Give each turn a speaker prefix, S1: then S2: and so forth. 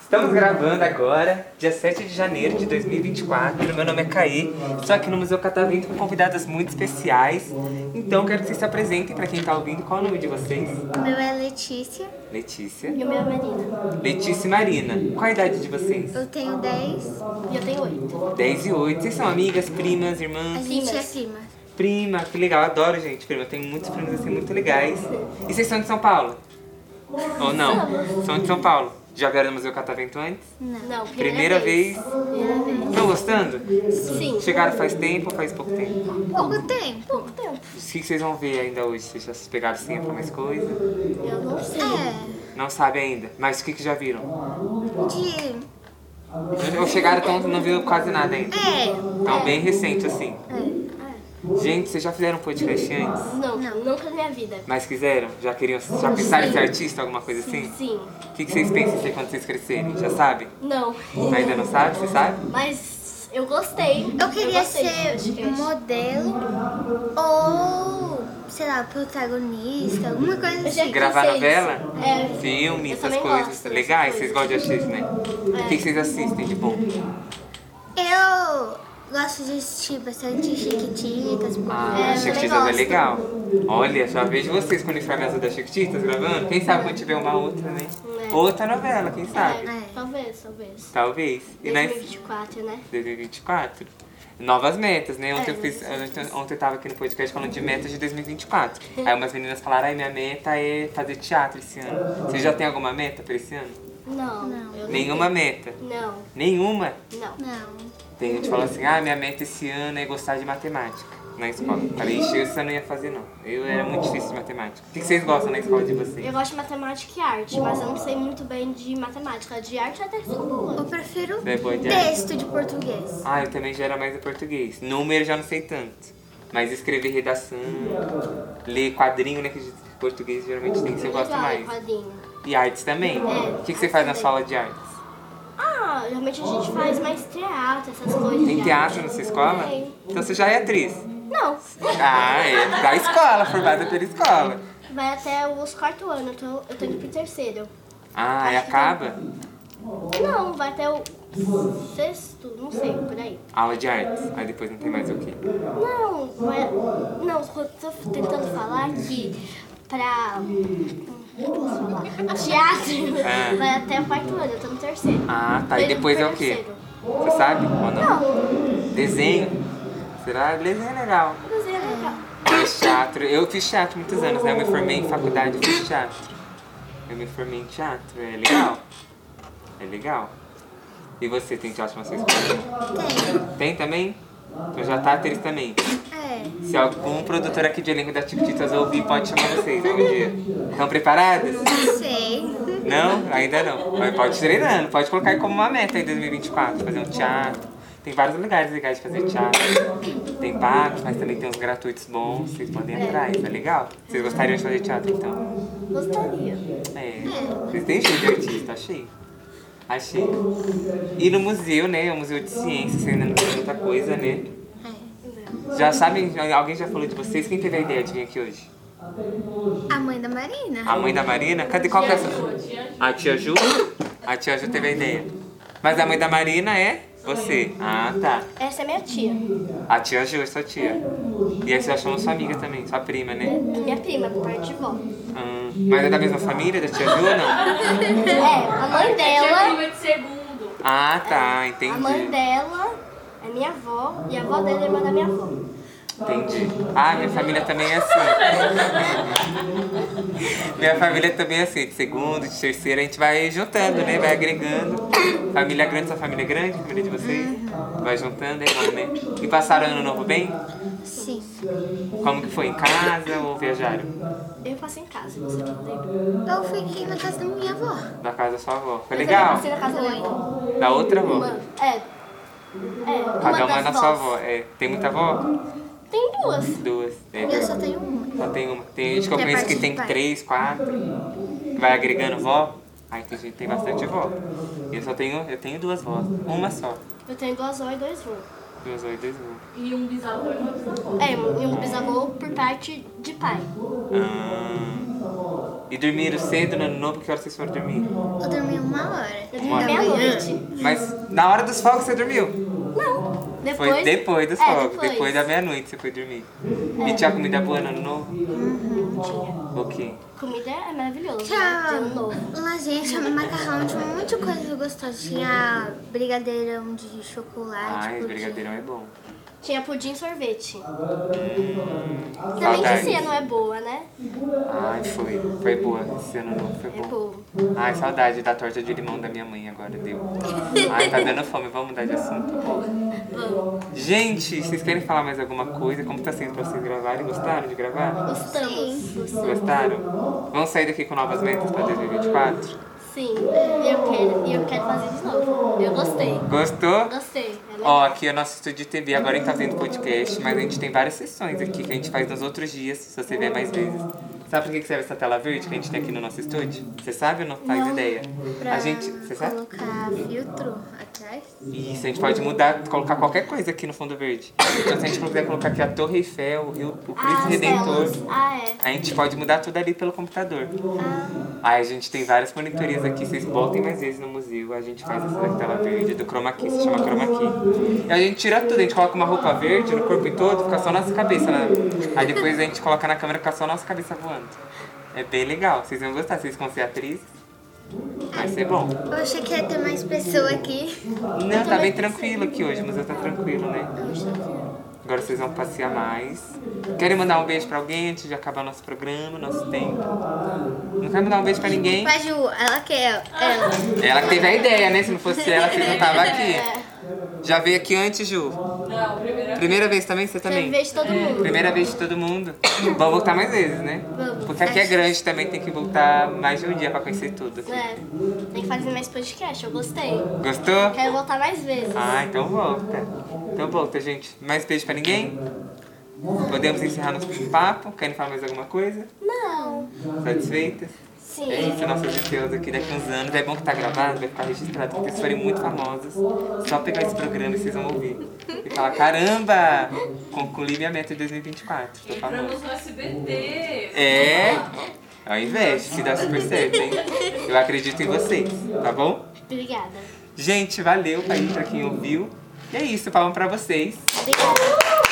S1: Estamos gravando agora, dia 7 de janeiro de 2024. Meu nome é Caí, estou aqui no Museu Catavento com convidadas muito especiais. Então quero que vocês se apresentem para quem está ouvindo. Qual o nome de vocês?
S2: O meu é Letícia
S1: Letícia.
S2: e o meu é Marina.
S1: Letícia e Marina. Qual a idade de vocês?
S2: Eu tenho 10.
S3: E eu tenho oito.
S1: 10 e 8. Vocês são amigas, primas,
S2: A
S1: irmãs?
S2: gente
S3: Primas.
S2: é prima.
S1: Prima, que legal, eu adoro, gente, prima. Eu tenho muitos primos assim muito legais. E vocês são de São Paulo? Ou não? São de São Paulo. Já vieram no Museu Catavento antes?
S3: Não, é
S1: Primeira vez. Estão gostando?
S3: Sim.
S1: Chegaram faz tempo ou faz pouco tempo?
S2: Pouco tempo.
S3: Pouco tempo.
S1: O que vocês vão ver ainda hoje? Vocês já se pegaram sim pra mais coisa?
S3: Eu não sei.
S2: É.
S1: Não sabe ainda. Mas o que, que já viram?
S2: De.
S1: Ou chegaram então não viram quase nada ainda.
S2: É.
S1: Então bem recente assim.
S2: É.
S1: Gente, vocês já fizeram um podcast antes?
S3: Não, nunca na minha vida.
S1: Mas quiseram? Já queriam, já pensaram em ser artista, alguma coisa assim?
S3: Sim.
S1: O que, que vocês pensam em ser quando vocês crescerem? Já sabe? Tá
S3: Não.
S1: Ainda não sabe? Você sabe?
S3: Mas eu gostei.
S2: Eu queria
S3: gostei de
S2: ser
S3: podcast.
S2: modelo ou, sei lá, protagonista, alguma coisa
S3: Eu já
S2: assim.
S1: Gravar
S3: Pensei
S1: novela?
S3: isso. É.
S1: Filme,
S3: Eu
S1: essas
S3: também
S1: coisas.
S3: gosto dessas
S1: Legais, vocês gostam
S3: coisas.
S1: de assistir, né? O que, que vocês assistem de bom?
S2: Eu gosto de assistir bastante chiquititas, porque
S1: Ah,
S3: eu
S1: Chiquititas é
S3: também gosto.
S1: legal. Olha, já vejo vocês com o uniforme azul da Chiquititas gravando. Quem sabe quando tiver uma outra, né?
S3: É.
S1: Outra novela, quem sabe?
S3: É, Talvez, talvez.
S1: Talvez. Ah. E na
S3: 2024, né?
S1: 2024. Novas metas, né? Ontem,
S3: É,
S1: eu fiz, ontem, ontem eu tava aqui no podcast falando de metas de 2024.
S3: É.
S1: Aí umas meninas falaram, ai, minha meta é fazer teatro esse ano. Você já tem alguma meta pra esse ano?
S3: Não. eu não-
S1: Nenhuma meta.
S3: Não,
S1: Nenhuma?
S3: não.
S2: não.
S1: Tem gente que fala assim, ah, minha meta esse ano é gostar de matemática na escola. Falei, ixi, isso eu não ia fazer não. Eu era muito difícil de matemática. O que que vocês gostam na escola de vocês?
S3: Eu gosto de matemática e arte, mas eu não sei muito bem de matemática. De arte eu até que sou
S2: Eu
S3: boa.
S2: prefiro
S1: Você é boa de arte?
S2: texto de português.
S1: Ah, eu também já era mais em português. Número já não sei tanto. Mas escrever redação, ler quadrinho, né? Que de português geralmente tem que eu gosto
S3: Legal,
S1: mais.
S3: quadrinho.
S1: E artes
S3: É,
S1: também? O que, que você faz na sua aula de artes?
S3: Ah, realmente a gente faz mais teatro, essas coisas.
S1: Tem
S3: de
S1: teatro na
S3: arte.
S1: sua escola?
S3: Tem.
S1: Então você já é atriz.
S3: Não.
S1: Ah, é da escola, formada pela escola.
S3: Vai até os quarto ano, eu tô, eu tô indo pro terceiro.
S1: Ah, e acaba?
S3: Não, vai até o sexto, não sei, por aí.
S1: Aula de artes. Aí depois não tem mais o quê?
S3: Não, vai, não, eu tô tentando falar que pra. Como posso falar? Teatro
S1: É.
S3: vai até o quarto ano, eu tô no terceiro.
S1: Ah, tá.
S3: Tô
S1: E
S3: indo
S1: depois é
S3: pro
S1: o quê?
S3: terceiro.
S1: Você sabe ou não?
S3: Não,
S1: Desenho? Será? Desenho é legal.
S3: mas é legal.
S1: Fiz teatro. Eu fiz teatro muitos anos, né? Eu me formei em faculdade e fiz teatro. Eu me formei em teatro. É legal. É legal. E você tem teatro na sua escola?
S2: Tem.
S1: Tem também? Então já tá atriz também.
S2: É.
S1: Se algum produtor aqui de elenco da Tiquititas ouvir, pode chamar vocês né, um dia. Estão preparadas?
S2: Sei.
S1: Não, ainda não. Mas pode ir treinando, pode colocar aí como uma meta em 2024, fazer um teatro. Tem vários lugares legais de fazer teatro. Tem pagos, mas também tem uns gratuitos bons, vocês podem ir atrás, tá legal? Vocês gostariam de fazer teatro então?
S3: Gostaria.
S1: É. Vocês têm jeito de artista, achei. Achei. E no museu, né? O Museu de Ciências, ainda não tem muita coisa, né?
S2: É.
S1: Já sabem, alguém já falou de vocês? Quem teve a ideia de vir aqui hoje?
S2: A mãe da Marina?
S1: A mãe da Marina? Cadê qual que é essa? A tia Ju? A tia Ju teve a ideia. Mas a mãe da Marina é você. Ah, tá.
S3: Essa é minha tia.
S1: A tia Ju é sua tia. E aí você já chamou sua amiga também, sua prima, né?
S3: Minha prima, por parte de vó.
S1: Hum, mas é da mesma família da tia Ju ou não?
S3: É, a mãe dela.
S4: de segundo.
S1: Ah, tá,
S3: A mãe
S1: entendi.
S3: dela é minha avó e a avó dela é irmã da minha avó.
S1: Entendi. Ah, minha família também é assim. Minha família também é assim, de segundo, de terceiro, a gente vai juntando, né? Vai agregando. Família grande, sua família é grande, família de vocês?
S3: Uhum.
S1: Vai juntando, é bom, né? E passaram ano novo bem?
S2: Sim.
S1: Como que foi? Em casa ou viajaram?
S3: Eu passei em casa, né? você não lembra?
S2: Eu fiquei na casa da minha avó.
S1: Na casa da sua avó. Foi
S3: Eu
S1: É legal?
S3: passei na casa da minha avó.
S1: Da outra
S3: Uma.
S1: avó?
S3: É. É. Uma
S1: Cada uma
S3: das
S1: na sua
S3: vós.
S1: avó. É, tem muita avó?
S3: Tem duas.
S1: Duas. É,
S2: Eu só tenho uma.
S1: só tem uma. Tem gente que eu
S2: Tem
S1: conheço que
S2: parte
S1: tem
S2: de pai.
S1: três, quatro. Vai agregando vó. Aí tem gente que tem bastante vó. Eu só tenho, eu tenho duas vós. Uma só.
S3: Eu tenho duas avós e dois vô.
S1: Meus dois, dois mil.
S4: E um bisavô e uma bisavó.
S3: É, e um bisavô por parte de pai.
S1: Ah. E dormiram cedo no ano novo? Que horas vocês foram dormir?
S2: Eu dormi uma hora.
S3: Eu dormi
S1: Uma hora.
S3: meia-noite.
S1: Mas na hora dos fogos você dormiu?
S3: Não, depois...
S1: Foi depois dos
S3: é,
S1: fogos, depois, da meia-noite você foi dormir. E tinha comida boa no ano novo?
S3: Não tinha.
S1: Ok.
S3: Comida é maravilhosa. né? De ano
S2: Tchau.
S3: novo.
S2: Lá, gente, é macarrão tinha um monte de coisa gostosa. Tinha brigadeirão de
S3: Ah,
S2: chocolate.
S1: Ai,
S3: tipo,
S2: pudim.
S1: brigadeirão é bom.
S3: Tinha pudim e sorvete. Também que
S1: Saudades.
S3: esse ano é boa, né?
S1: Ai, foi. Foi boa. Esse ano novo foi
S3: É
S1: bom.
S3: boa.
S1: Ai, saudade da torta de limão da minha mãe agora, deu. Ai, tá dando fome, vamos mudar de assunto.
S3: Vamos.
S1: Gente, vocês querem falar mais alguma coisa? Como tá sendo pra vocês gravarem? Gostaram de gravar?
S3: Gostamos.
S1: Gostaram? Vamos sair daqui com novas metas pra 2024?
S3: Sim, e eu quero, e eu quero fazer de novo. Eu gostei.
S1: Gostou?
S3: Gostei. É legal.
S1: Ó, aqui é o nosso estúdio de TV, agora a gente tá fazendo podcast, mas a gente tem várias sessões aqui que a gente faz nos outros dias, se você vier mais vezes. Sabe por que que serve essa tela verde que a gente tem aqui no nosso estúdio? Você sabe ou não faz
S2: Não.
S1: ideia?
S2: Pra
S1: A gente. Você sabe?
S2: colocar filtro atrás.
S1: Isso, a gente pode mudar, colocar qualquer coisa aqui no fundo verde. Então, se a gente puder colocar aqui a Torre Eiffel, o, Rio, o Cristo
S3: Ah,
S1: Redentor,
S3: celas. Ah, é.
S1: a gente pode mudar tudo ali pelo computador. Aí a gente tem várias monitorias aqui, vocês voltem mais vezes no museu, a gente faz essa da tela verde, do chroma key, se chama chroma key. E a gente tira tudo, a gente coloca uma roupa verde no corpo todo, fica só nossa cabeça. né? Aí depois a gente coloca na câmera, fica só nossa cabeça voando. É bem legal, vocês vão gostar, vocês vão ser atrizes, vai ser bom.
S2: Eu achei que ia ter mais pessoa aqui.
S1: Não, tá bem tranquilo aqui hoje, o museu tá tranquilo, né? Agora vocês vão passear mais. Querem mandar um beijo pra alguém antes de acabar nosso programa, nosso tempo? Não quer mandar um beijo pra ninguém?
S2: Mas Ju, ela quer. Ela.
S3: Ah,
S1: Ela que teve a ideia, né? Se não fosse ela, vocês não estavam aqui.
S3: É.
S1: Já veio aqui antes, Ju?
S4: Não, primeira
S1: Primeira vez também? Você também?
S3: Primeira
S2: É.
S3: vez de todo mundo.
S1: Primeira vez de todo mundo. Vamos voltar mais vezes, né?
S3: Vamos.
S1: Porque aqui é grande também, tem que voltar mais de um dia pra conhecer tudo. aqui.
S3: É. Tem que fazer mais podcast. Eu gostei.
S1: Gostou?
S3: Quero voltar mais vezes.
S1: Ah, então volta. Então volta, gente. Mais beijo pra ninguém? Podemos encerrar nosso papo? Querem falar mais alguma coisa?
S3: Não.
S1: Satisfeitas?
S3: Sim.
S1: É isso, nossas estrelas aqui daqui a uns anos. É bom que tá gravado, vai ficar registrado, porque vocês forem muito famosas. Só pegar esse programa e vocês vão ouvir. E falar, caramba! Concluí minha meta de 2024. Tô famosa.
S4: Entramos no SBT.
S1: É. Ao invés, se dá super certo, hein? Eu acredito em vocês, tá bom?
S3: Obrigada.
S1: Gente, valeu aí pra quem ouviu. E é isso, palma pra vocês.
S3: Obrigada.